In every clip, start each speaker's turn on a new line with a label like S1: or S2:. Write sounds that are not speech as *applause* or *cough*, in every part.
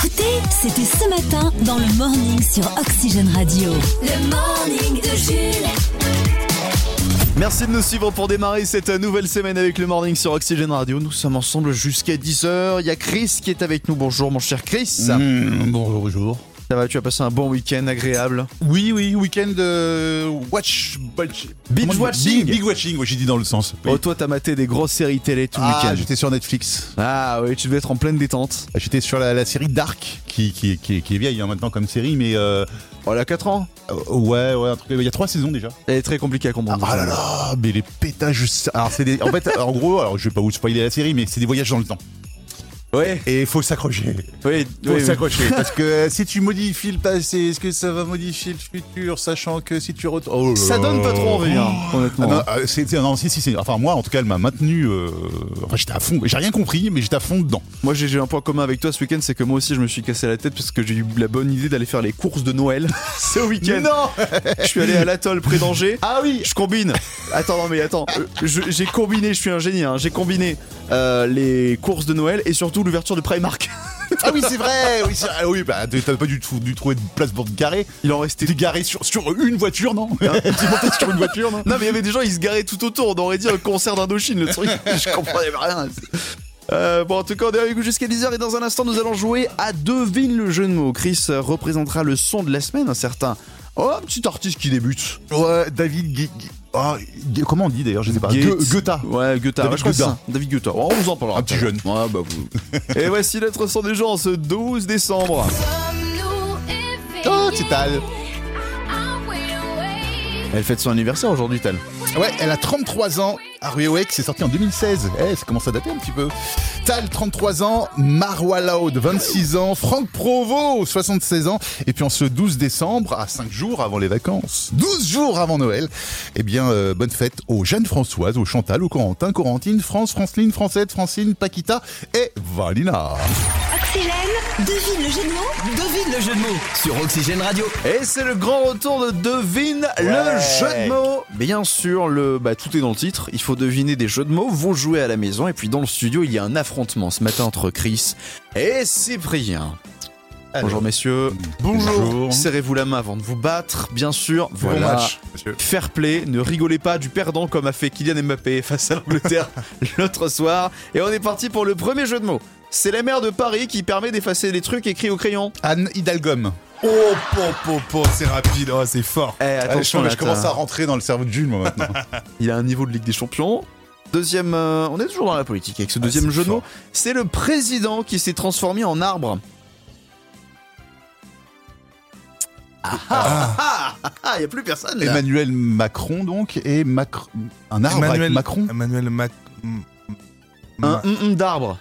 S1: C'était ce matin dans le morning sur Oxygène Radio. Le morning de Jules.
S2: Merci de nous suivre pour démarrer cette nouvelle semaine avec le Morning sur Oxygène Radio. Nous sommes ensemble jusqu'à 10h. Il y a Chris qui est avec nous. Bonjour mon cher Chris.
S3: Mmh, bonjour, bonjour.
S2: Ça va, tu as passé un bon week-end agréable
S3: Oui, oui, week-end euh, watch... watch binge watching Big, big watching, ouais, j'ai dit dans le sens.
S2: Oui. Oh, toi, t'as maté des grosses séries télé tout le
S3: ah,
S2: week-end.
S3: j'étais sur Netflix.
S2: Ah oui, tu devais être en pleine détente.
S3: J'étais sur la, la, série Dark, qui, qui, qui, qui est vieille hein, maintenant comme série, mais... Euh,
S2: oh, elle a 4 ans
S3: euh, Ouais, ouais, un truc... Il y a 3 saisons déjà.
S2: Elle est très compliquée à comprendre.
S3: Ah, ah là là, mais les pétages... Alors, c'est des... En fait, en gros, alors je vais pas vous spoiler la série, mais c'est des voyages dans le temps.
S2: Ouais.
S3: Et il faut s'accrocher.
S2: Oui,
S3: faut
S2: oui,
S3: s'accrocher. Oui. Parce que euh, si tu modifies le passé, est-ce que ça va modifier le futur, sachant que si tu retournes.
S2: Oh ça donne pas trop envie, hein, honnêtement.
S3: Ah non, c non, si, si, si. Enfin, moi, en tout cas, elle m'a maintenu. Euh... Enfin, j'étais à fond. J'ai rien compris, mais j'étais à fond dedans.
S2: *laughs* Moi, j'ai un point commun avec toi ce week-end, c'est que moi aussi, je me suis cassé la tête parce que j'ai eu la bonne idée d'aller faire les courses de Noël *laughs* ce week-end.
S3: Non
S2: Je suis allé à l'atoll près d'Angers.
S3: Ah oui
S2: Je combine. Attends, non, mais attends. J'ai combiné, je suis un génie, hein. j'ai combiné euh, les courses de Noël et surtout l'ouverture de Primark.
S3: ah oui, c'est vrai! Oui, ah oui bah, t'as pas dû, dû, trouver de place pour te garer.
S2: Il en restait.
S3: T'es garé sur, sur, une voiture, non? Hein sur une voiture, non?
S2: Non, mais il y avait des gens, ils se garaient tout autour. On aurait dit un concert d'Indochine, le truc. *laughs* Je comprenais rien. Euh, bon, en tout cas, on est avec vous jusqu'à 10h et dans un instant, nous allons jouer à Devine le jeu de mots. Chris représentera le son de la semaine, un certain. Oh, un petit artiste qui débute.
S3: Ouais, David Gu... Oh, Gu... comment on dit d'ailleurs, je sais pas.
S2: Gu...
S3: Goethe.
S2: Ouais, Goethe.
S3: David
S2: ouais, Goethe. Bah, David Goethe. Oh, on vous en parlera.
S3: Un petit jeune.
S2: Ouais, bah vous. et voici notre son des gens ce 12 décembre.
S3: Oh, c'est Tal.
S2: Elle fête son anniversaire aujourd'hui, Tal.
S3: Ouais, elle a 33 ans. Harry Wake, c'est sorti en 2016. Eh, hey, ça commence à dater un petit peu. Tal, 33 ans. Marwa Loud, 26 ans. Franck Provo, 76 ans. Et puis en ce 12 décembre, à 5 jours avant les vacances, 12 jours avant Noël, eh bien, euh, bonne fête aux Jeanne Françoise, aux Chantal, aux Corentin, Corentine, France, Franceline, Francette, Francine, Paquita et Valina.
S1: Oxygène, devine le jeu de mots.
S4: Devine le jeu de mots sur Oxygène Radio.
S2: Et c'est le grand retour de Devine ouais. le jeu de mots. Bien sûr, le, bah, tout est dans le titre. Il faut faut deviner des jeux de mots, vous jouez à la maison, et puis dans le studio, il y a un affrontement ce matin entre Chris et Cyprien. Allez. Bonjour messieurs.
S3: Bonjour. Bonjour.
S2: Serrez-vous la main avant de vous battre, bien sûr. Voilà.
S3: Bon match,
S2: Fair play, ne rigolez pas du perdant comme a fait Kylian Mbappé face à *laughs* l'Angleterre l'autre soir. Et on est parti pour le premier jeu de mots. C'est la mère de Paris qui permet d'effacer les trucs écrits au crayon.
S3: Anne Hidalgom. Oh, po, po, po, c'est rapide, oh, c'est fort.
S2: Eh, attention,
S3: Allez, je, je commence à rentrer dans le cerveau de Jules, moi, maintenant.
S2: Il a un niveau de Ligue des Champions. Deuxième, euh, on est toujours dans la politique avec ce deuxième ah, jeu de mots. C'est le président qui s'est transformé en arbre. Ah, ah. ah Il n'y a plus personne là.
S3: Emmanuel Macron, donc, et Macron. Un arbre
S5: Emmanuel,
S3: avec Macron
S5: Emmanuel Mac.
S2: Un mm, mm d'arbre.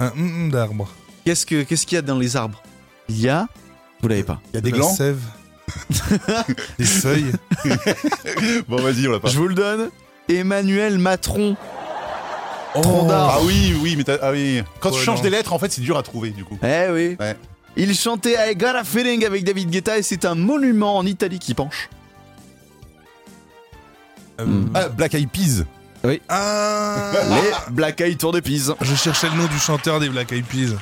S5: Un mm, d'arbre.
S2: Qu'est-ce qu'il qu qu y a dans les arbres Il y a vous l'avez pas.
S3: Il y a des glands. *laughs*
S5: Sève. des feuilles.
S3: *laughs* bon, vas-y, on l'a pas.
S2: Je vous le donne. Emmanuel Matron.
S3: Oh. Ah oui, oui, mais ah oui. Quand ouais, tu changes non. des lettres, en fait, c'est dur à trouver, du coup.
S2: Eh oui.
S3: Ouais.
S2: Il chantait I Got a Feeling avec David Guetta et c'est un monument en Italie qui penche.
S3: Euh... Mm. Ah, Black Eyed Peas.
S2: Oui.
S5: Ah.
S2: Les Black Eyed Tour de Peas.
S5: Je cherchais le nom du chanteur des Black Eyed Peas.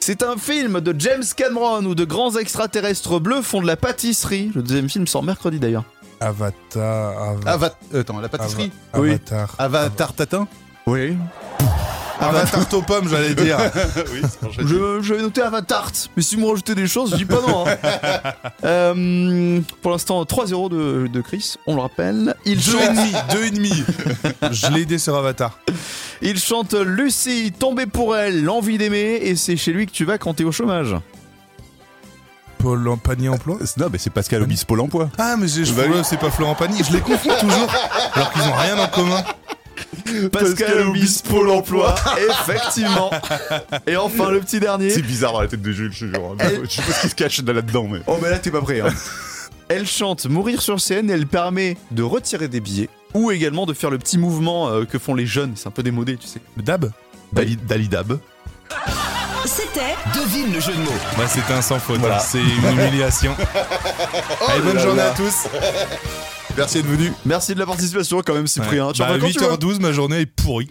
S2: C'est un film de James Cameron où de grands extraterrestres bleus font de la pâtisserie. Le deuxième film sort mercredi d'ailleurs.
S5: Avatar.
S3: Ava... Ava... Euh, attends, la pâtisserie
S5: Ava... oui. Avatar.
S3: Avatar tatin
S2: Oui.
S5: Avatar aux pommes,
S3: *laughs*
S5: j'allais dire.
S3: oui,
S2: je, je vais noter Avatar, mais si vous me rajoutez des choses, je dis pas non. Hein. euh, pour l'instant, 3-0 de, de, Chris, on le rappelle.
S5: Il joue ennemi, deux et demi. je l'ai aidé sur Avatar.
S2: *laughs* Il chante Lucie, tombée pour elle, l'envie d'aimer, et c'est chez lui que tu vas quand t'es au chômage.
S5: Paul Pagny Emploi
S3: Non, mais c'est Pascal Obis Pôle Emploi.
S5: Ah, mais je, bah, oui. c'est pas Florent Pagny, je les confonds toujours, alors qu'ils ont rien en commun.
S2: Pascal Obis Pôle emploi, *laughs* effectivement. Et enfin, le petit dernier.
S3: C'est bizarre dans la tête de Jules, je jure. Elle... Je sais pas ce qu'il se cache là-dedans, mais.
S2: Oh, mais là, t'es pas prêt. Hein. *laughs* elle chante Mourir sur scène, elle permet de retirer des billets ou également de faire le petit mouvement euh, que font les jeunes. C'est un peu démodé, tu sais.
S5: Le dab
S3: Dali, Dali Dab.
S1: C'était
S4: Devine le jeu de mots.
S5: Bah, c'était un sans faute, voilà. c'est une humiliation.
S3: oh Allez, bonne journée là. à tous. Merci d'être venu.
S2: Merci de la participation quand même hein. Cyprien. Ouais.
S5: Tu bah, 8h12, tu ma journée est pourrie.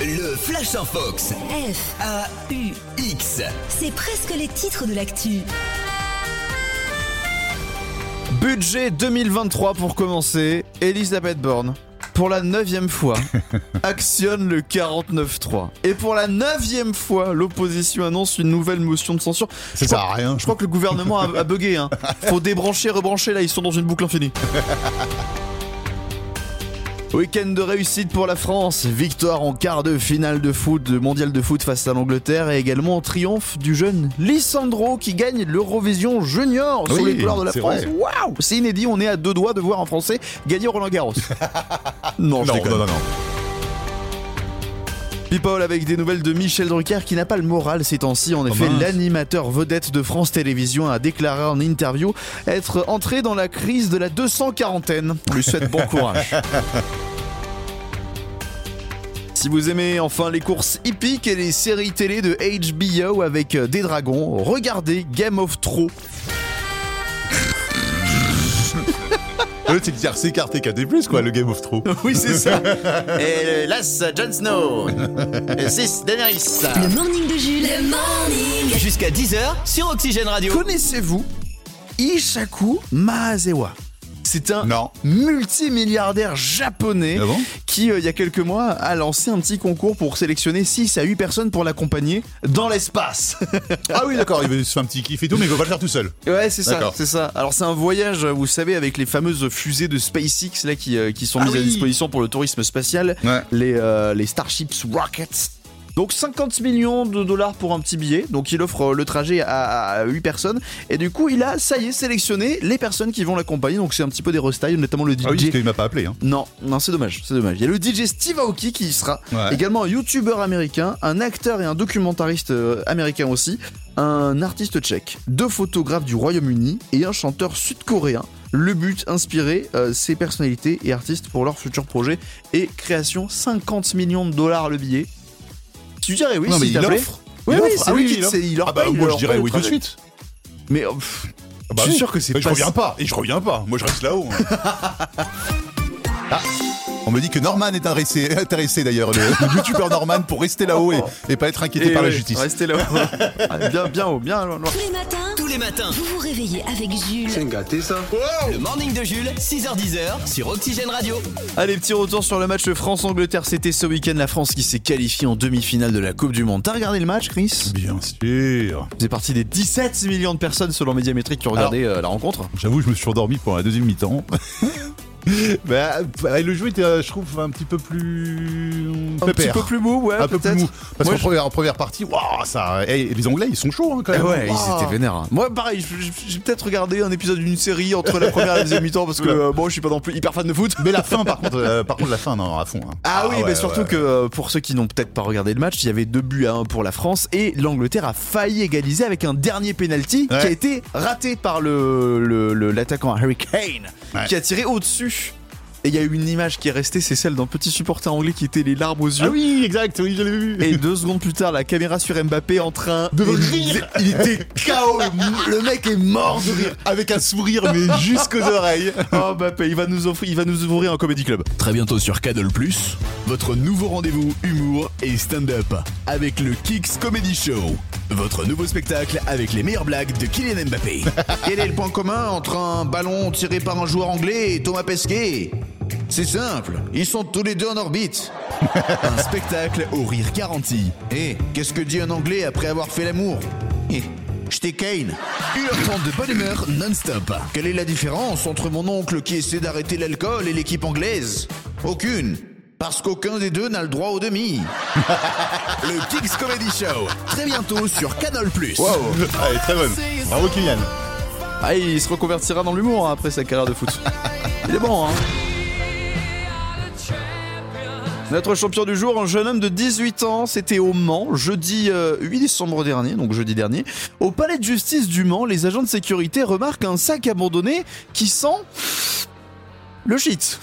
S4: Le Flash en Fox.
S1: F,
S4: A-U-X.
S1: c'est presque les titres de l'actu.
S2: Budget 2023 pour commencer. Elisabeth Borne, pour la neuvième *laughs* fois, actionne le 49-3. Et pour la neuvième fois, l'opposition annonce une nouvelle motion de censure.
S3: Ça
S2: Je
S3: sert
S2: crois-
S3: à rien.
S2: Je crois que le gouvernement a, a bugué. Hein. Faut débrancher, rebrancher, là ils sont dans une boucle infinie. *laughs* Week-end de réussite pour la France, victoire en quart de finale de foot, de mondial de foot face à l'Angleterre et également en triomphe du jeune Lissandro qui gagne l'Eurovision Junior sous
S3: Oui,
S2: les couleurs de la
S3: c'est
S2: France.
S3: vrai.
S2: Waouh C'est inédit, on est à deux doigts de voir un Français gagner Roland
S3: *laughs*
S2: Garros. non, je
S3: Non,
S2: déconne.
S3: non, non, non.
S2: People avec des nouvelles de Michel Drucker qui n'a pas le moral ces temps-ci. En effet,
S5: mince.
S2: l'animateur vedette de France Télévisions a déclaré en interview être entré dans la crise de la 240aine. On lui souhaite bon *laughs* courage. Si vous aimez enfin les courses hippiques et les séries télé de HBO avec euh, des dragons, regardez Game of Thrones.
S3: Eux, c'est le c'est carte TKT+, quoi, le Game of Thrones.
S2: Oui, c'est ça. *laughs* Et Las Jon *laughs* Snow. Et Sis Daenerys.
S1: Le morning de Jules. Le morning.
S4: Jusqu'à 10h sur Oxygène Radio.
S2: Connaissez-vous Ishaku Maezawa C'est un
S3: Non.
S2: multimilliardaire japonais
S3: Ah bon
S2: qui, euh, il y a quelques mois, a lancé un petit concours pour sélectionner 6 à 8 personnes pour l'accompagner dans l'espace. *laughs*
S3: Ah oui, d'accord, il veut se faire un petit kiff et tout, mais il veut pas le faire tout seul.
S2: ouais, c'est ça,
S3: D'accord.
S2: c'est ça. Alors c'est un voyage, euh, vous savez, avec les fameuses fusées de SpaceX là qui, euh, qui sont
S3: Ah
S2: mises à
S3: oui.
S2: disposition pour le tourisme spatial,
S3: Ouais.
S2: les, euh, les Starships Rockets. Donc 50 millions de dollars pour un petit billet, donc il offre euh, le trajet à, à 8 personnes, et du coup il a, ça y est, sélectionné les personnes qui vont l'accompagner, donc c'est un petit peu des restailles, notamment le DJ
S3: Ah oui, parce qu'il m'a pas appelé, hein.
S2: Non, non, c'est dommage, c'est dommage. Il y a le DJ Steve Aoki qui y sera,
S3: Ouais.
S2: également un youtubeur américain, un acteur et un documentariste euh, américain aussi, un artiste tchèque, deux photographes du Royaume-Uni et un chanteur sud-coréen. Le but, inspirer euh, ces personnalités et artistes pour leurs futurs projets et création 50 millions de dollars le billet. Tu dirais oui
S3: Non,
S2: si
S3: mais il
S2: t'appelais
S3: offre.
S2: Oui,
S3: Il
S2: oui,
S3: offre.
S2: c'est
S3: Ah
S2: lui
S3: oui,
S2: qui-
S3: il offre.
S2: c'est- il leur
S3: Ah bah,
S2: paye, il
S3: moi, je
S2: leur
S3: dirais
S2: paye le
S3: oui tout de
S2: trajet.
S3: suite.
S2: Mais euh, pff,
S3: Ah bah
S2: Je suis
S3: oui.
S2: sûr que c'est
S3: Mais je
S2: pas-
S3: reviens pas, et je reviens pas. Moi, je reste là-haut. hein. Ah. On me dit que Norman est intéressé, intéressé d'ailleurs, le, le youtubeur Norman, pour rester là-haut et, et pas être inquiété
S2: et
S3: par la
S2: ouais,
S3: justice.
S2: Restez
S3: *laughs*
S2: là. Ah, bien, bien haut, bien loin. loin.
S1: Tous les matins,
S4: Tous les matins.
S1: vous vous réveillez avec Jules.
S4: Le morning de Jules, 6h10h sur Oxygène Radio.
S2: Allez, petit retour sur le match France-Angleterre. C'était ce week-end la France qui s'est qualifiée en demi-finale de la Coupe du Monde. T'as regardé le match, Chris
S3: Bien sûr.
S2: C'est parti des 17 millions de personnes selon Médiamétrique qui ont regardé euh, la rencontre.
S3: J'avoue, je me suis endormi pendant la deuxième mi-temps. *laughs* bah, bah, le jeu était, euh, je trouve, un petit peu plus.
S2: Un petit peu plus mou, ouais,
S3: un peu plus
S2: peut-être.
S3: mou. Parce
S2: Moi,
S3: qu'en première, en première partie, waouh, ça. eh, les Anglais, ils sont chauds hein, quand
S2: Eh
S3: même.
S2: ouais,
S3: Waouh.
S2: ils étaient vénères. hein. Moi, pareil, j- j- j'ai peut-être regardé un épisode d'une série entre la première et la deuxième mi-temps parce que euh, bon, je suis pas non plus hyper fan de foot.
S3: Mais la fin, par contre, euh, par contre, la fin, non, à fond. hein.
S2: Ah, oui,
S3: ouais,
S2: mais surtout
S3: ouais.
S2: que euh, pour ceux qui n'ont peut-être pas regardé le match, il y avait deux buts à un pour la France et l'Angleterre a failli égaliser avec un dernier penalty qui
S3: Ouais.
S2: a été raté par le le- le- l'attaquant Harry Kane
S3: Ouais.
S2: qui a tiré au-dessus. Et il y a eu une image qui est restée, c'est celle d'un petit supporter anglais qui était les larmes aux yeux.
S3: Ah oui, exact, oui, je l'ai vu.
S2: Et deux secondes plus tard, la caméra sur Mbappé en train
S3: De
S2: il-
S3: rire.
S2: Il était KO. Le mec est mort de rire.
S3: Avec un sourire, mais jusqu'aux oreilles.
S2: *laughs* Oh Mbappé, il va nous offrir, il va nous ouvrir un comedy club.
S4: Très bientôt sur Cadol Plus, votre nouveau rendez-vous humour et stand-up avec le Kicks Comedy Show. Votre nouveau spectacle avec les meilleures blagues de Kylian Mbappé.
S6: Quel est le point commun entre un ballon tiré par un joueur anglais et Thomas Pesquet C'est simple, ils sont tous les deux en orbite.
S4: Un spectacle au rire garanti.
S6: Hé, qu'est-ce que dit un anglais après avoir fait l'amour Hé, j'étais Kane.
S4: Une heure trente de bonne humeur non-stop.
S6: Quelle est la différence entre mon oncle qui essaie d'arrêter l'alcool et l'équipe anglaise Aucune. Parce qu'aucun des deux n'a le droit au demi.
S4: Le Kicks Comedy Show. Très bientôt sur Canal Plus.
S3: Wow. Allez, Ah, très bonne. Bravo, Kylian.
S2: Ah, il se reconvertira dans l'humour hein, après sa carrière de
S3: *laughs*
S2: foot. Il est bon, hein. Notre champion du jour, un jeune homme de 18 ans, c'était au Mans, jeudi euh, 8 décembre dernier, donc jeudi dernier. Au palais de justice du Mans, les agents de sécurité remarquent un sac abandonné qui sent le
S3: *laughs*
S2: shit.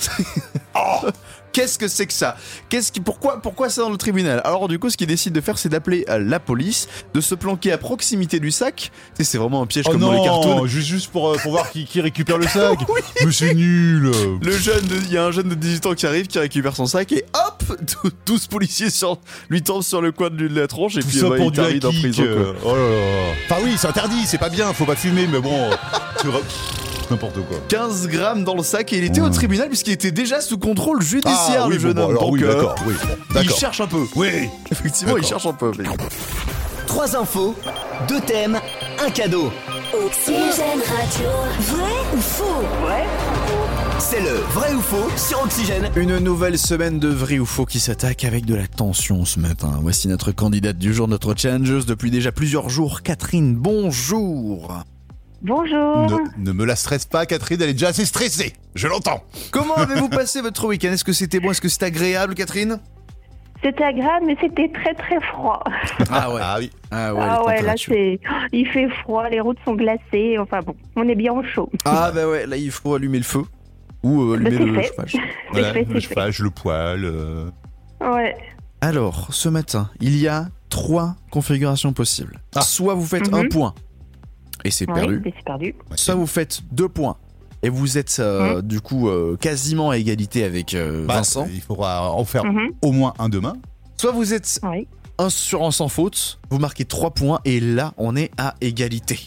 S2: Oh, Qu'est-ce que c'est que ça Qu'est-ce qui, pourquoi, pourquoi c'est dans le tribunal Alors du coup, ce qu'ils décident de faire, c'est d'appeler euh, la police, de se planquer à proximité du sac. Tu sais, C'est vraiment un piège
S3: Oh
S2: comme dans les cartoons.
S3: non, juste, juste pour, euh, pour voir qui, qui récupère *laughs* le sac. Mais c'est nul.
S2: Le jeune, de- il y a un jeune de 18 ans qui arrive, qui récupère son sac et hop, frappe, dou- 12 policiers sur- lui tombent sur le coin de la tronche et
S5: Tout
S2: puis
S5: ça
S2: bah,
S5: pour
S2: il
S5: du high
S2: termine en
S5: kick,
S2: prison. quoi.
S5: euh, oh là là. Enfin oui, c'est interdit, c'est pas bien, faut pas fumer, mais bon. tu re- N'importe quoi.
S2: 15 grammes dans le sac et il était au tribunal puisqu'il était déjà sous contrôle judiciaire
S5: Ah, oui,
S2: le jeune
S5: bon, bon,
S2: homme.
S5: alors
S2: Donc,
S5: oui,
S2: euh,
S5: d'accord, oui, bon,
S2: il
S5: d'accord.
S2: cherche un peu.
S5: Oui.
S2: Effectivement, il cherche un peu. mais-
S7: Trois infos, deux thèmes, un cadeau.
S1: Oxygène Radio. Vrai ou faux
S7: C'est le vrai ou faux sur Oxygène.
S2: Une nouvelle semaine de vrai ou faux qui s'attaque avec de la tension ce matin. Voici notre candidate du jour, notre challengeuse depuis déjà plusieurs jours, Catherine. Bonjour.
S8: Bonjour.
S3: Ne, ne me la stresse pas, Catherine, elle est déjà assez stressée. Je l'entends.
S2: *laughs* Comment avez-vous passé votre week-end Est-ce que c'était bon Est-ce que c'est agréable, Catherine
S8: C'était agréable, mais c'était très très froid.
S2: Ah ouais.
S5: Ah oui.
S2: Ah ouais, les
S8: ah ouais, là
S2: températures.
S8: c'est, oh, il fait froid, les routes sont glacées. Enfin bon, on est bien au chaud.
S2: Ah bah ouais, là il faut allumer le feu ou euh, allumer
S8: Ah, bah, c'est
S2: le
S8: fait.
S2: chauffage.
S5: Voilà,
S8: C'est fait,
S5: le
S8: c'est
S5: chauffage, le poil. euh,
S8: Ouais.
S2: Alors, ce matin, il y a trois configurations possibles. Soit vous faites un
S8: Mhm.
S2: point et c'est
S8: Ouais,
S2: perdu.
S8: mais c'est perdu.
S2: Soit vous faites deux points et vous êtes euh,
S8: Mhm.
S2: du coup euh, quasiment à égalité avec euh,
S3: Bah,
S2: Vincent.
S3: Il faudra en faire
S8: Mhm.
S3: au moins un demain.
S2: Soit vous êtes
S8: Oui.
S2: un sur un sans faute, vous marquez trois points et là on est à égalité.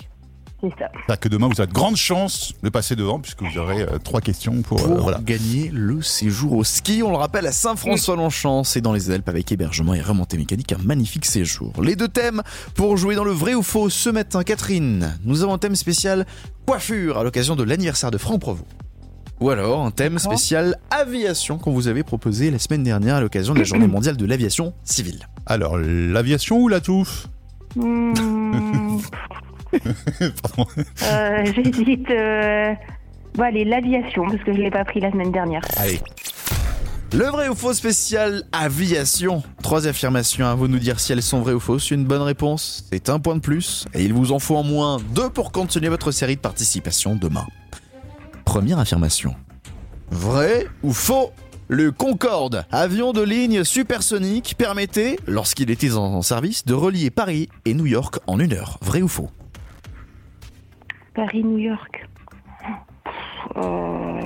S8: C'est ça.
S3: Pas que demain, vous aurez de grandes chances de passer devant, puisque vous aurez euh, trois questions pour. euh,
S2: pour
S3: voilà.
S2: gagner le séjour au ski. On le rappelle à Saint-François-Longchamp, c'est dans les Alpes avec hébergement et remontée mécanique, un magnifique séjour. Les deux thèmes pour jouer dans le vrai ou faux ce matin, Catherine. Nous avons un thème spécial coiffure à l'occasion de l'anniversaire de Franck Provost. Ou alors un thème spécial aviation qu'on vous avait proposé la semaine dernière à l'occasion de la
S3: *clears throat*
S2: journée mondiale de l'aviation civile.
S3: Alors, l'aviation ou la touffe
S2: *laughs*
S8: Hmm,
S3: Pardon.
S8: euh, j'hésite. Euh... Bon allez, l'aviation parce que je l'ai pas pris la semaine dernière.
S2: Le vrai ou faux spécial aviation. Trois affirmations à vous de nous dire si elles sont vraies ou fausses. Une bonne réponse, c'est un point de plus. Et il vous en faut en moins deux pour continuer votre série de participation demain. Première affirmation. Vrai ou faux Le Concorde, avion de ligne supersonique, permettait, lorsqu'il était en en service, de relier Paris et New York en une heure. Vrai ou faux
S8: Paris, New York. Euh...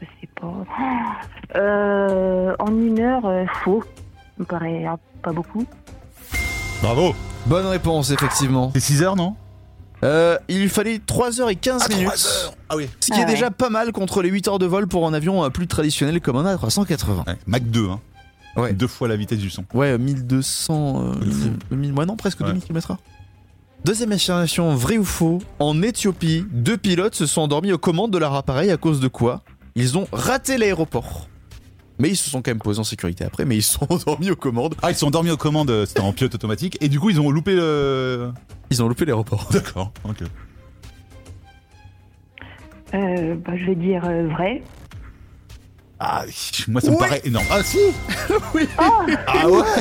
S8: Je sais pas. Euh, en une heure, euh, faux. Ça me paraît euh, pas beaucoup.
S5: Bravo.
S2: Bonne réponse, effectivement.
S3: C'est 6 heures, non
S2: Euh, il fallait 3h15 minutes.
S5: Ah oui.
S2: Ce qui est
S8: Ouais.
S2: déjà pas mal contre les 8 heures de vol pour un avion euh, plus traditionnel comme un A380.
S3: ouais, Mac 2, hein.
S2: Ouais.
S3: Deux fois la vitesse du son.
S2: Ouais, euh, 1200. euh, 1000 ouais, non, presque
S3: Ouais.
S2: 2000 km/h. Deuxième affirmation, vrai ou faux En Éthiopie, deux pilotes se sont endormis aux commandes de leur appareil à cause de quoi Ils ont raté l'aéroport. Mais ils se sont quand même posés en sécurité après, mais ils se sont *laughs* endormis aux commandes.
S3: Ah, ils sont dormis aux commandes, euh, c'était en pilote automatique, et du coup, ils ont loupé le.
S2: Ils ont loupé l'aéroport.
S3: *laughs* D'accord, ok.
S8: Euh, bah, je vais dire euh, vrai.
S3: Ah, moi, ça me
S2: Oui.
S3: paraît énorme. Ah, *laughs* si
S2: Oui.
S3: Ah ouais Ah,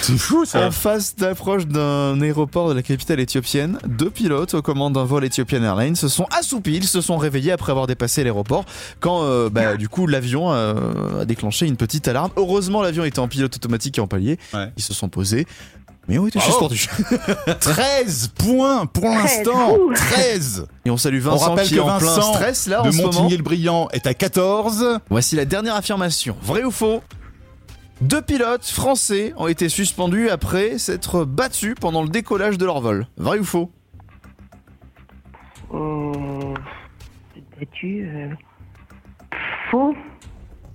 S3: C'est fou, ça
S2: En face d'approche d'un aéroport de la capitale éthiopienne, deux pilotes aux commandes d'un vol Ethiopian Airlines se sont assoupis, ils se sont réveillés après avoir dépassé l'aéroport quand euh, bah, du coup l'avion euh, a déclenché une petite alarme. Heureusement l'avion était en pilote automatique et en palier,
S3: Ouais.
S2: ils se sont posés. Mais on était
S3: Bravo.
S2: suspendus.
S3: 13 points pour l'instant 13
S2: Et on salue
S3: On
S2: Vincent
S3: rappelle
S2: qui
S3: que
S2: est en plein
S3: Vincent
S2: stress là en
S3: De
S2: ce moment.
S3: Montigny-le-Brillant est à 14.
S2: Voici la dernière affirmation. Vrai ou faux Deux pilotes français ont été suspendus après s'être battus pendant le décollage de leur vol. Vrai ou faux
S8: Euh, battu. euh, faux.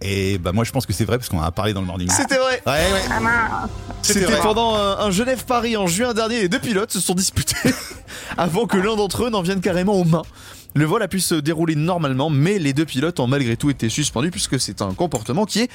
S3: Et bah, moi, je pense que c'est vrai, parce qu'on en a parlé dans le morning.
S2: C'était vrai
S3: Ouais, ouais.
S8: Ah mince.
S3: C'était
S2: C'était
S3: vrai.
S2: pendant un, un Genève-Paris en juin dernier, les deux pilotes se sont disputés *laughs* avant que l'un d'entre eux n'en vienne carrément aux mains. Le vol a pu se dérouler normalement, mais les deux pilotes ont malgré tout été suspendus puisque c'est un comportement qui est,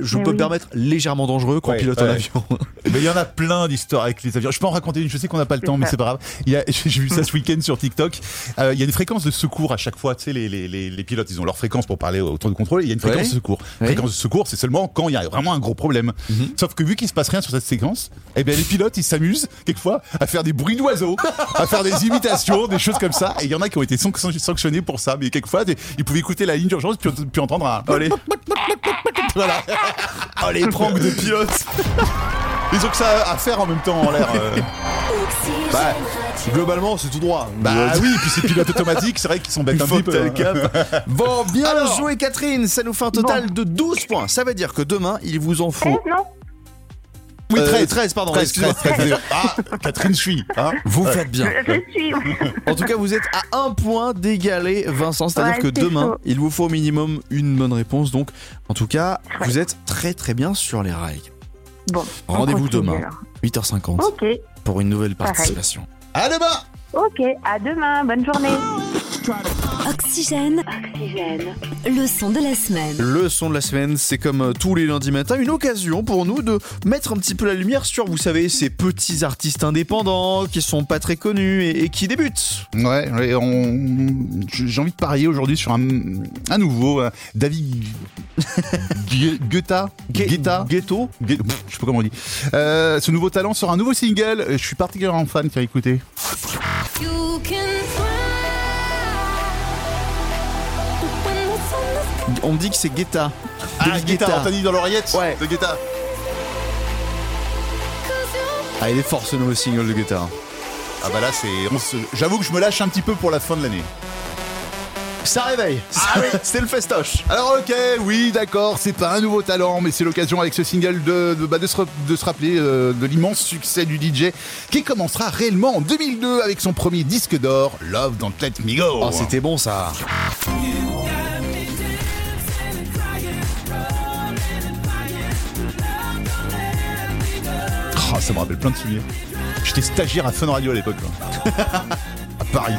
S2: je
S8: Mais
S2: peux
S8: oui.
S2: me permettre, légèrement dangereux quand on
S3: Ouais,
S2: pilote
S3: ouais.
S2: un avion. *laughs*
S3: Mais il y en a plein d'histoires avec les avions. Je peux en raconter une, je sais qu'on n'a pas le temps, mais c'est pas grave. Il y a- *laughs* J'ai vu ça ce week-end sur TikTok. Euh, il y a une fréquence de secours à chaque fois. Tu sais, les, les, les, les pilotes, ils ont leur fréquence pour parler autour du contrôle. et Il y a une fréquence
S2: Ouais.
S3: de secours.
S2: Ouais.
S3: Fréquence de secours, c'est seulement quand il y a vraiment un gros problème. Sauf que vu qu'il se passe rien sur cette séquence, eh bien, les pilotes, ils s'amusent, quelquefois, à faire des bruits d'oiseaux, à faire des imitations, des choses comme ça. Et il y en a qui ont été san- san- sanctionnés pour ça. Mais quelquefois, des- ils pouvaient écouter la ligne d'urgence puis, puis entendre un.
S2: Allez,
S3: Voilà.
S2: allez, prank de pilote
S3: Ils ont que ça à faire en même temps en l'air. euh.
S5: Bah, globalement, c'est tout droit.
S3: Bah oui, puis c'est pilote automatique, c'est vrai qu'ils sont bêtes un petit peu. hein.
S2: Bon, bien joué Catherine, ça nous fait un total de 12 points. Ça veut dire que demain, il vous en faut...
S8: 13, non
S3: Oui,
S2: Euh,
S3: 13,
S2: 13, pardon,
S3: 13,
S2: excusez-moi.
S3: 13, 13. Ah, Catherine suit. Hein
S2: Vous faites bien.
S8: Je suis. *laughs*
S2: En tout cas, vous êtes à un point d'égaler Vincent, c'est-à-dire
S8: Ouais,
S2: que
S8: c'est
S2: demain,
S8: chaud.
S2: il vous faut au minimum une bonne réponse. Donc, en tout cas, vous êtes très très bien sur les rails.
S8: Bon. on
S2: Rendez-vous
S8: continue,
S2: demain.
S8: alors.
S2: 8h50
S8: Ok,
S2: pour une nouvelle participation.
S3: À demain
S8: ok. À demain. Bonne journée.
S1: Oxygène,
S8: Oxygène.
S1: le son de la semaine.
S2: Le son de la semaine, c'est comme euh, tous les lundis matins, une occasion pour nous de mettre un petit peu la lumière sur, vous savez, ces petits artistes indépendants qui sont pas très connus et, et qui débutent.
S3: Ouais, ouais, on... j'ai envie de parier aujourd'hui sur un, un nouveau euh, David Gue- Guetta, Guetta,
S2: Ghetto
S3: Gue- pff, je sais pas comment on dit. Euh, ce nouveau talent sort un nouveau single. Je suis particulièrement fan. Tiens, écoutez.
S2: On me dit que c'est Guetta.
S3: Ah,
S2: David
S3: Guetta, Anthony dans l'oreillette.
S2: Ouais.
S3: De Guetta.
S2: Ah, il est fort ce nouveau single de Guetta. hein.
S3: Ah bah là, c'est. on se- J'avoue que je me lâche un petit peu pour la fin de l'année.
S2: Ça réveille. C'était le festoche.
S3: Alors ok, oui, d'accord, c'est pas un nouveau talent, mais c'est l'occasion avec ce single de, de, bah, de se, re- de se rappeler euh, de l'immense succès du DJ qui commencera réellement en 2002 avec son premier disque d'or, Love Don't Let Me Go.
S2: Oh, c'était bon ça.
S3: Oh, ça me rappelle plein de souvenirs. J'étais stagiaire à Fun Radio à l'époque. hein. quoi. *laughs* à Paris.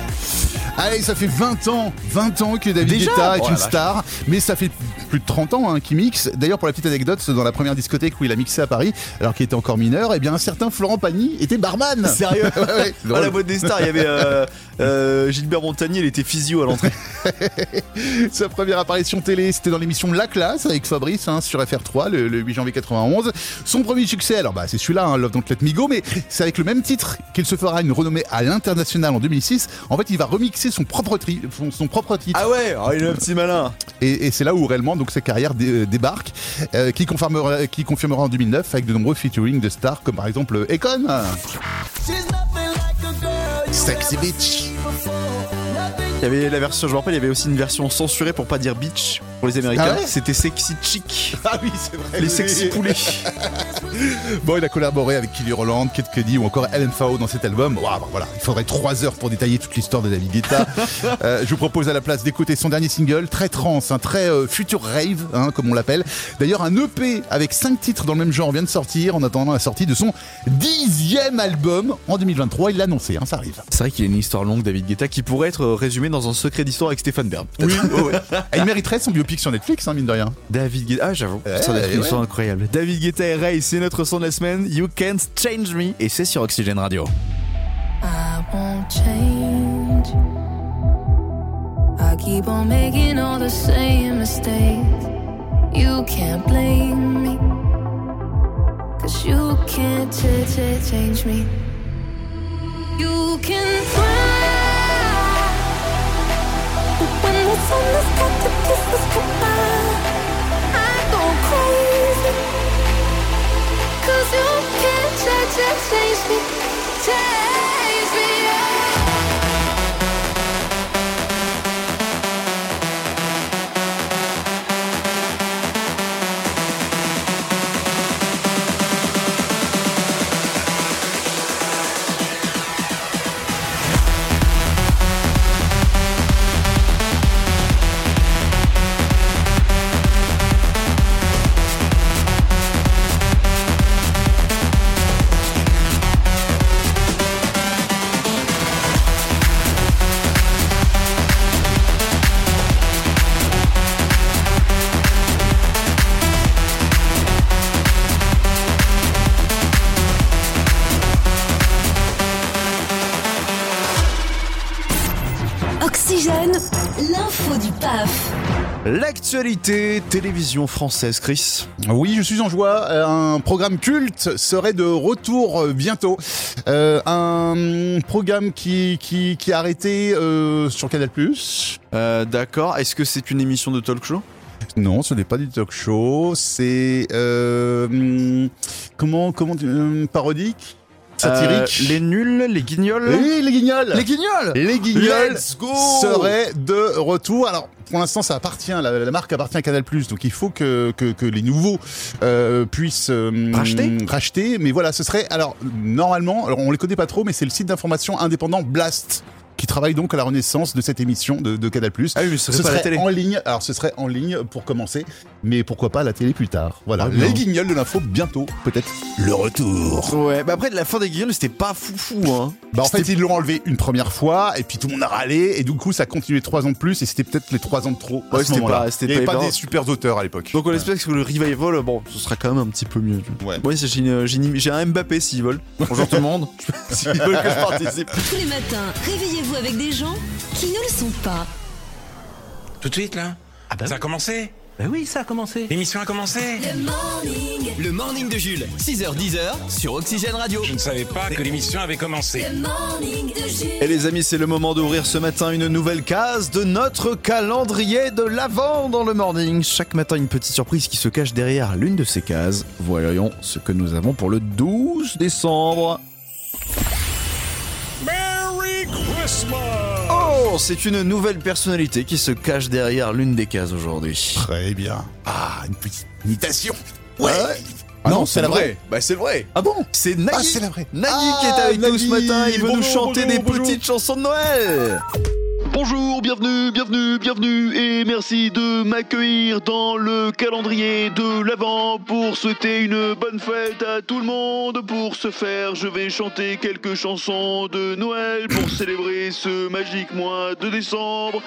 S3: Allez, ça fait 20 ans, 20 ans que David
S2: Déjà
S3: Guetta est
S2: Oh la
S3: une
S2: vache.
S3: star, mais ça fait plus de 30 ans hein, qu'il mixe. D'ailleurs, pour la petite anecdote, dans la première discothèque où il a mixé à Paris, alors qu'il était encore mineur, eh bien, un certain Florent Pagny était barman.
S2: Sérieux
S3: Ah Ouais, *laughs* ouais, c'est
S2: À la
S3: drôle.
S2: boîte des stars, il y avait euh, euh, Gilbert Montagnier, il était physio à l'entrée.
S3: Sa première apparition télé, c'était dans l'émission La Classe avec Fabrice hein, sur FR3 le, le 8 janvier 91. Son premier succès, alors bah, c'est celui-là, hein, Love Don't Let Me Go, mais c'est avec le même titre qu'il se fera une renommée à l'international en 2006. En fait, il va remixer son propre, tri- son, son propre titre.
S2: ouais, oh, il est un petit malin.
S3: Et, et c'est là où réellement donc, sa carrière dé- euh, débarque, euh, qui, confirmera, qui confirmera en 2009 avec de nombreux featuring de stars comme par exemple Econ. Sexy Bitch.
S2: Il y avait la version, je me rappelle, il y avait aussi une version censurée pour pas dire bitch pour les Américains.
S3: Ah ouais
S2: C'était sexy chic,
S3: Ah oui, c'est vrai.
S2: les
S3: oui.
S2: sexy poulets.
S3: Bon, il a collaboré avec Kelly Roland, Kate Cudi ou encore LMFAO dans cet album. Waouh, bah voilà, il faudrait 3 heures pour détailler toute l'histoire de David Guetta. Euh, je vous propose à la place d'écouter son dernier single, très trans, hein, très euh, future rave, hein, comme on l'appelle. D'ailleurs, un EP avec 5 titres dans le même genre vient de sortir en attendant la sortie de son dixième album en 2023. Il l'a annoncé, hein, ça arrive.
S2: C'est vrai qu'il a une histoire longue, David Guetta, qui pourrait être euh, résumée dans un secret d'histoire avec Stéphane Bern. peut-être.
S3: Et il mériterait son biopic sur Netflix, hein, mine de rien.
S2: David Guetta, ah j'avoue,
S3: Ouais,
S2: ça doit être une
S3: ouais.
S2: histoire incroyable. David Guetta et Ray, c'est notre son de la semaine. You can't change me, et c'est sur Oxygène Radio.
S9: I won't change. I keep on making all the same mistakes. You can't blame me. Cause you can't ch- ch- change me. You can fly. But when the sun has got to kiss the sky, I go crazy. Cause you can't ch- ch- change me. Change me. yeah.
S1: Oxygène, l'info du PAF.
S2: L'actualité télévision française, Chris.
S3: Oui, je suis en joie. Euh, Un programme culte serait de retour euh, bientôt. Euh, un programme qui, qui, qui est arrêté euh, sur Canal+.
S2: Euh, D'accord, est-ce que c'est une émission de talk show
S3: Non, ce n'est pas du talk show. C'est... euh, hum, comment... comment tu- hum, euh, parodique Satirique.
S2: Euh, les nuls, les guignols.
S3: Oui, les guignols
S2: Les guignols
S3: Les guignols
S2: Let's go
S3: seraient de retour. Alors, pour l'instant, ça appartient, la, la marque appartient à Canal+, donc il faut que, que, que les nouveaux euh, puissent euh,
S2: Racheter
S3: racheter. Mais voilà, ce serait, alors, normalement, alors on les connaît pas trop, mais c'est le site d'information indépendant Blast qui travaille donc à la renaissance de cette émission de, de Canal+.
S2: Ah oui, mais ce serait
S3: ce
S2: pas la
S3: serait
S2: télé.
S3: en ligne. Alors, ce serait en ligne pour commencer, mais pourquoi pas la télé plus tard. Voilà,
S2: Ah, bien.
S3: les guignols de l'info bientôt, peut-être le retour.
S2: Ouais, bah après, la fin des guignols, c'était pas foufou, hein.
S3: Bah en fait ils l'ont enlevé une première fois et puis tout le monde a râlé et du coup ça a continué trois ans de plus et c'était peut-être les trois ans de trop. à
S2: Ouais,
S3: ce
S2: c'était
S3: moment-là.
S2: pas- c'était
S3: il n'y avait
S2: pas
S3: pas
S2: énorme.
S3: des super auteurs à l'époque.
S2: Donc on espère que le revival, euh, bon, ce sera quand même un petit peu mieux. tu vois.
S3: Ouais.
S2: Moi, c'est- j'ai une- j'ai une- j'ai un Mbappé s'ils veulent. Bonjour tout le *laughs* monde. s'ils veulent que je participe.
S1: Tous les matins, réveillez-vous avec des gens qui ne le sont pas.
S10: Tout de suite là Ça a commencé
S7: Ah Bah oui, ça a commencé.
S10: L'émission a commencé
S1: Le morning,
S7: Le morning de Jules, 6h10 sur Oxygène Radio.
S10: Je ne savais pas que l'émission avait commencé.
S1: le morning de Jules.
S2: Et les amis, c'est le moment d'ouvrir ce matin une nouvelle case de notre calendrier de l'Avent dans le morning. Chaque matin, une petite surprise qui se cache derrière l'une de ces cases. Voyons ce que nous avons pour le 12 décembre.
S10: Merry Christmas
S2: Oh, c'est une nouvelle personnalité qui se cache derrière l'une des cases aujourd'hui.
S3: Très bien. Ah une petite imitation. Ouais.
S2: Ah
S3: non, c'est la vraie.
S2: Bah c'est le vrai. Ah bon C'est Nagui.
S3: Ah, c'est la vraie.
S2: Nagui
S3: Ah,
S2: qui est avec nous ce
S3: Nagui.
S2: matin. Il veut nous
S3: Bonjour,
S2: chanter
S3: bonjour,
S2: des
S3: bonjour.
S2: petites chansons de Noël.
S6: Bonjour, bienvenue, bienvenue, bienvenue et merci de m'accueillir dans le calendrier de l'Avent pour souhaiter une bonne fête à tout le monde. Pour ce faire, je vais chanter quelques chansons de Noël
S2: *coughs*
S6: pour célébrer ce magique mois de décembre.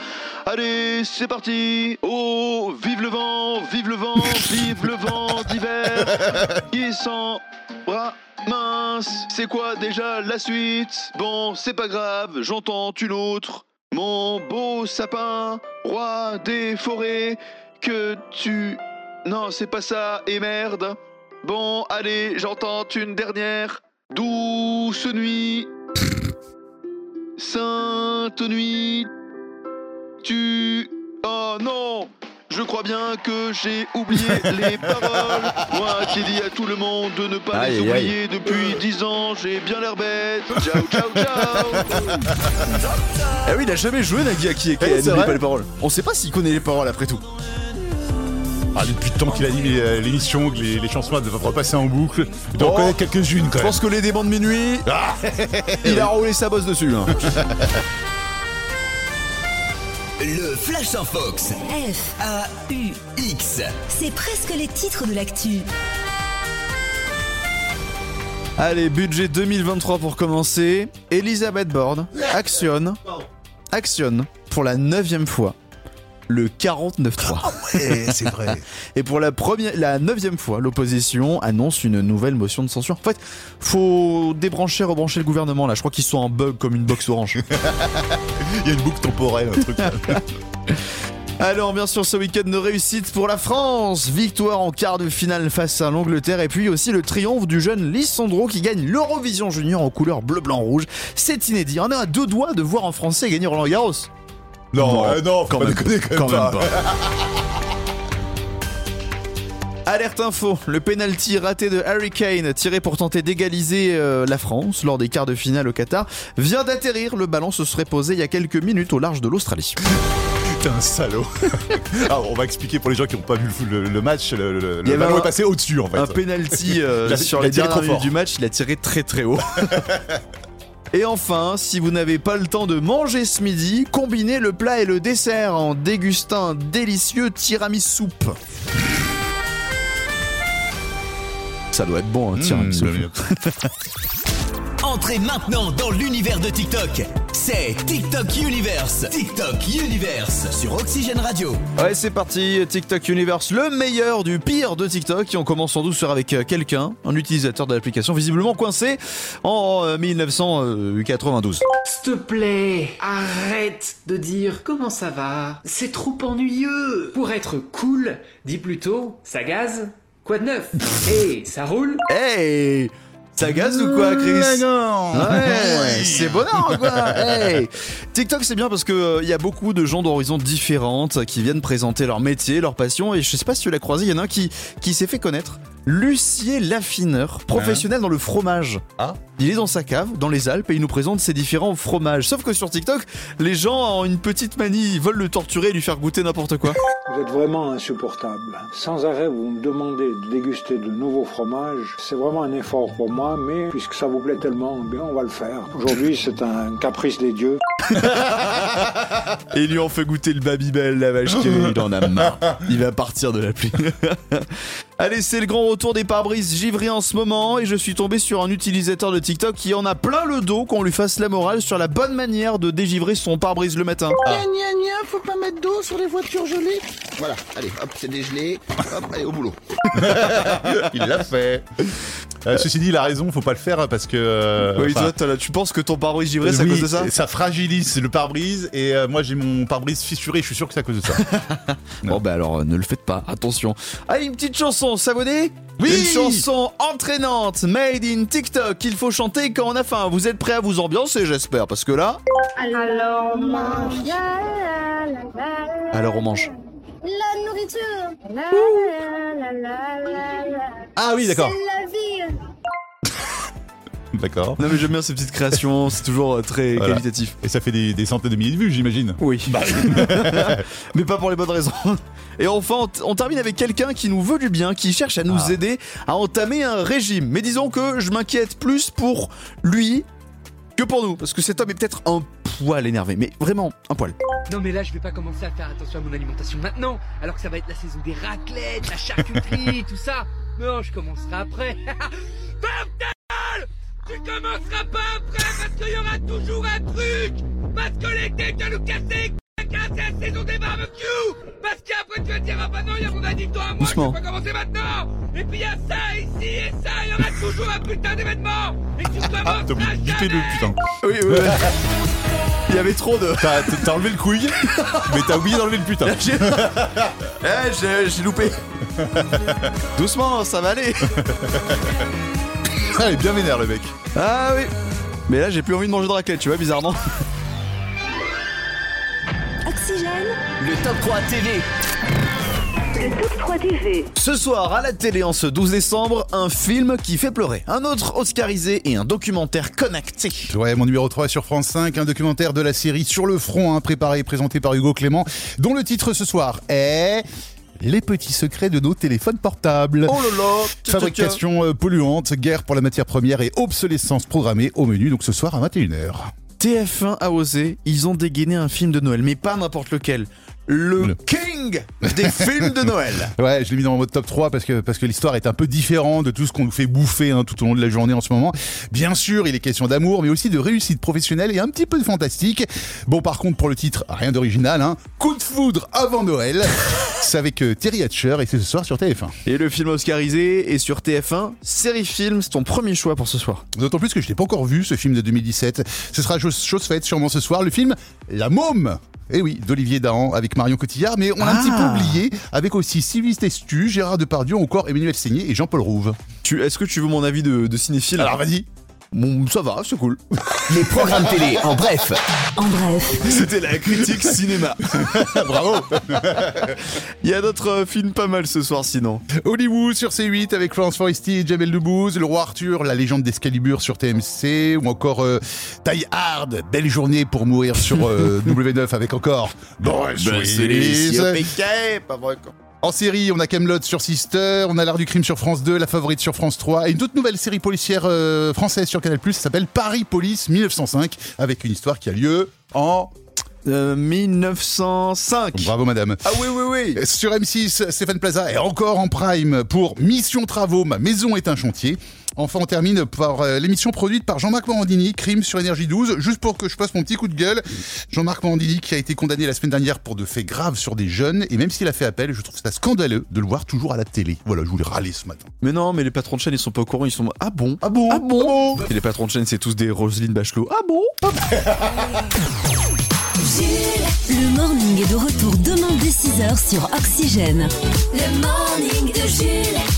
S6: Allez, c'est parti Oh, vive le vent, vive le vent, vive le vent
S2: *laughs*
S6: d'hiver qui sent bras mince. C'est quoi déjà la suite Bon, c'est pas grave, j'entends une autre. Mon beau sapin, roi des forêts, que tu... Non, c'est pas ça, et merde. Bon, allez, j'entends une dernière. Douce nuit. Sainte nuit. Tu... Oh non Je crois bien que j'ai
S2: *laughs*
S6: oublié les paroles. Moi qui dis à tout le monde de ne pas
S2: Aïe,
S6: les
S2: aïe, aïe. Euh.
S6: oublier depuis 10 ans, j'ai bien l'air bête. Ciao, ciao, ciao
S2: Ah oui, il a jamais joué Nagui à qui est
S3: c'est vrai.
S2: pas les paroles. Eh, On sait pas s'il connaît les paroles après tout.
S3: Ah, depuis le temps qu'il anime euh, l'émission, que les, les chansons doivent repasser en boucle. Il doit en
S2: Oh.
S3: connaître quelques-unes quand
S2: Je
S3: même.
S2: pense que les débans de minuit, il a roulé sa bosse dessus. hein.
S7: Le Flash en Fox.
S1: F,
S7: X.
S1: c'est presque les titres de l'actu.
S2: *laughs* Allez, budget 2023 pour commencer. Elisabeth Borne actionne, actionne pour la neuvième fois le 49-3.
S3: c'est vrai.
S2: Et pour la première, la neuvième fois, l'opposition annonce une nouvelle motion de censure. En fait, faut débrancher, rebrancher le gouvernement là. Je crois qu'ils sont en bug comme une box orange.
S3: *laughs* Il y a une boucle temporelle, un truc.
S2: *laughs* Alors, bien sûr, ce week-end de réussite pour la France. Victoire en quart de finale face à l'Angleterre. Et puis aussi le triomphe du jeune Lissandro qui gagne l'Eurovision Junior en couleur bleu-blanc-rouge. C'est inédit. On est à deux doigts de voir un Français gagner Roland Garros.
S3: non, euh, non, faut pas déconner quand, même pas. *laughs*
S2: Alerte info, le penalty raté de Harry Kane, tiré pour tenter d'égaliser euh, la France lors des quarts de finale au Qatar, vient d'atterrir. Le ballon se serait posé il y a quelques minutes au large de l'Australie.
S3: T'es un salaud. *laughs* Alors, on va expliquer pour les gens qui n'ont pas vu le, le match. Le, le- le
S2: Il y avait
S3: ballon
S2: un-
S3: est passé au-dessus en fait.
S2: Un
S3: *laughs*
S2: penalty euh,
S3: Il a-
S2: sur
S3: il a
S2: les
S3: tiré
S2: dernières
S3: trop
S2: minutes
S3: fort.
S2: du match, il a tiré très très
S3: *laughs*
S2: haut. Et enfin, si vous n'avez pas le temps de manger ce midi, combinez le plat et le dessert en dégustant un délicieux tiramisu soupe. Ça doit être bon, un tiramisu.
S3: Mmh, bah,
S7: Entrez maintenant dans l'univers de TikTok. C'est TikTok Universe. TikTok Universe sur Oxygène Radio.
S2: Ouais, c'est parti, TikTok Universe, le meilleur du pire de TikTok. Et on commence en douceur avec euh, quelqu'un, un utilisateur de l'application visiblement coincé en euh, 1992.
S11: S'il te plaît, arrête de dire comment ça va. C'est trop ennuyeux. Pour être cool, dis plutôt ça gaze. Quoi de neuf Hey, ça roule
S2: Hey Ça gaze ou quoi,
S3: Ah,
S2: Chris Ouais, c'est bonheur quoi Hey TikTok c'est bien parce que euh, il y a beaucoup de gens d'horizons différentes euh, qui viennent présenter leur métier, leur passion et je sais pas si tu l'as croisé, il y en a un qui, qui s'est fait connaître Lucier Laffineur, professionnel dans le fromage. Il est dans sa cave, dans les Alpes, et il nous présente ses différents fromages. Sauf que sur TikTok, les gens ont une petite manie, ils veulent le torturer et lui faire goûter n'importe quoi.
S12: Vous êtes vraiment insupportable. Sans arrêt, vous me demandez de déguster de nouveaux fromages. C'est vraiment un effort pour moi, mais puisque ça vous plaît tellement, eh bien, on va le faire. Aujourd'hui, c'est un caprice des dieux.
S2: Et il lui en fait goûter le Babybel, la vache qui rit, il en a marre. Il va partir de la pluie. *laughs* Allez, c'est le grand retour des pare-brises givrés en ce moment et je suis tombé sur un utilisateur de TikTok qui en a plein le dos qu'on lui fasse la morale sur la bonne manière de dégivrer son pare-brise le matin.
S13: Gna gna gna, faut pas mettre d'eau sur les voitures gelées. Voilà, allez, hop, c'est dégelé. Hop, allez, au boulot.
S5: Il
S2: *laughs*
S5: l'a fait. Euh, ceci dit, il a raison, faut pas le faire parce que. euh,
S2: Oui,
S5: enfin,
S2: toi, t'as la- tu penses que ton pare-brise givré, c'est à
S5: oui,
S2: cause de ça
S5: Ça fragilise le pare-brise et euh, moi j'ai mon pare-brise fissuré, je suis sûr que c'est à
S3: *laughs*
S5: cause de ça.
S2: Bon, bah alors, euh, ne le faites pas, attention. Allez, une petite chanson, savonnée
S5: Oui
S2: Une chanson entraînante, made in TikTok, qu'il faut chanter quand on a faim. Vous êtes prêts à vous ambiancer, j'espère, parce que là.
S13: Alors, mange.
S2: Alors, on mange.
S13: La nourriture. La, la, la, la, la.
S5: Ah oui, d'accord.
S13: C'est la vie.
S5: D'accord.
S2: Non, mais j'aime bien ces petites créations, c'est toujours euh, très
S5: Voilà.
S2: qualitatif.
S5: Et ça fait des, des centaines de milliers de vues, j'imagine.
S2: *laughs* Bah Oui. mais pas pour les bonnes raisons. Et enfin, on, t- on termine avec quelqu'un qui nous veut du bien, qui cherche à nous
S5: Ah.
S2: aider à entamer un régime. Mais disons que je m'inquiète plus pour lui que pour nous, parce que cet homme est peut-être un poil énervé, mais vraiment un poil.
S11: Non mais là je vais pas commencer à faire attention à mon alimentation maintenant, alors que ça va être la saison des raclettes, la charcuterie, tout ça. Non, je commencerai après. *laughs* Ferme ta gueule Tu commenceras pas après parce qu'il y aura toujours un truc Parce que l'été tu vas nous casser les couilles, c'est la saison des barbecues Parce qu'après tu vas te dire ah bah non, il y a mon additant à moi, je
S2: Doucement.
S11: peux pas commencer maintenant Et puis il y a ça ici et ça, il y aura toujours un putain d'événement Et tu commences
S5: T'as oublié de buter le putain.
S2: Oui, oui, oui. *laughs* Il y avait trop de.
S5: T'as t'as enlevé le couille, mais t'as oublié d'enlever le putain.
S2: *laughs* J'ai Eh, j'ai- j'ai
S5: *laughs*
S2: loupé. Doucement, ça va aller.
S5: Ah, *laughs* il est bien vénère le mec.
S2: Ah oui. Mais là, j'ai plus envie de manger de raclette, tu vois, bizarrement.
S1: Oxygène.
S7: Le top 3 TV.
S2: Ce soir, à la télé, en ce 12 décembre, un film qui fait pleurer, un autre oscarisé et un documentaire connecté.
S3: Ouais, mon numéro 3 sur France 5, un documentaire de la série Sur le front, hein, préparé et présenté par Hugo Clément, dont le titre ce soir est Les petits secrets de nos téléphones portables.
S2: Oh là là, tu- tu-
S3: Fabrication euh, polluante, guerre pour la matière première et obsolescence programmée au menu, donc ce soir à 21h.
S2: tu- TF1 a osé, ils ont dégainé un film de Noël, mais pas n'importe lequel. Le, king *laughs* des films de Noël.
S3: Ouais, je l'ai mis dans mon top 3 parce que, parce que l'histoire est un peu différente de tout ce qu'on nous fait bouffer hein, tout au long de la journée en ce moment. Bien sûr, il est question d'amour, mais aussi de réussite professionnelle et un petit peu de fantastique. Bon, par contre, pour le titre, rien d'original, hein. Coup de foudre avant Noël. *laughs* c'est avec euh, Terry Hatcher et c'est ce soir sur TF1.
S2: Et le film oscarisé est sur TF1, série film, c'est ton premier choix pour ce soir.
S3: D'autant plus que je l'ai pas encore vu, ce film de 2017. Ce sera chose, chose faite sûrement ce soir, le film La Môme eh oui, d'Olivier Dahan avec Marion Cotillard, mais on l'a un petit peu oublié, avec aussi Sylvie Testu, Gérard Depardieu, encore Emmanuel Seigné et Jean-Paul Rouve.
S2: Tu, est-ce que tu veux mon avis de, de cinéphile *laughs*
S3: Alors vas-y
S2: Bon, ça va, c'est cool.
S7: Les programmes télé, en bref.
S1: En bref.
S2: C'était la *laughs* critique cinéma.
S3: Bravo
S2: *laughs* Il y a d'autres euh, films pas mal ce soir sinon.
S3: *laughs* Hollywood sur C8 avec Florence Foresti et Jamel Debbouze, Le Roi Arthur, La légende d'Escalibur sur TMC, ou encore euh, Die Hard, Belle journée pour mourir
S2: *laughs*
S3: sur euh, W9 avec encore Bruce Willis. En série, on a Camelot sur Sister, on a l'art du crime sur France 2, la favorite sur France 3, et une toute nouvelle série policière euh, française sur Canal+, ça s'appelle Paris Police 1905, avec une histoire qui a lieu en...
S2: Euh, 1905.
S3: Bravo madame.
S2: Ah oui, oui, oui.
S3: Sur M6, Stéphane Plaza est encore en prime pour Mission Travaux, ma maison est un chantier. Enfin, on termine par euh, l'émission produite par Jean-Marc Morandini, Crime sur Énergie 12, juste pour que je passe mon petit coup de gueule. Jean-Marc Morandini qui a été condamné la semaine dernière pour de faits graves sur des jeunes, et même s'il a fait appel, je trouve ça scandaleux de le voir toujours à la télé. Voilà, je voulais râler ce matin.
S2: Mais non, mais les patrons de chaîne, ils sont pas au courant, ils sont. Ah bon
S3: Ah bon
S2: Ah bon Et les patrons de chaîne, c'est tous des Roselyne Bachelot. Ah bon
S1: Le morning est de retour demain dès 6h sur Oxygène. Le morning de Jules.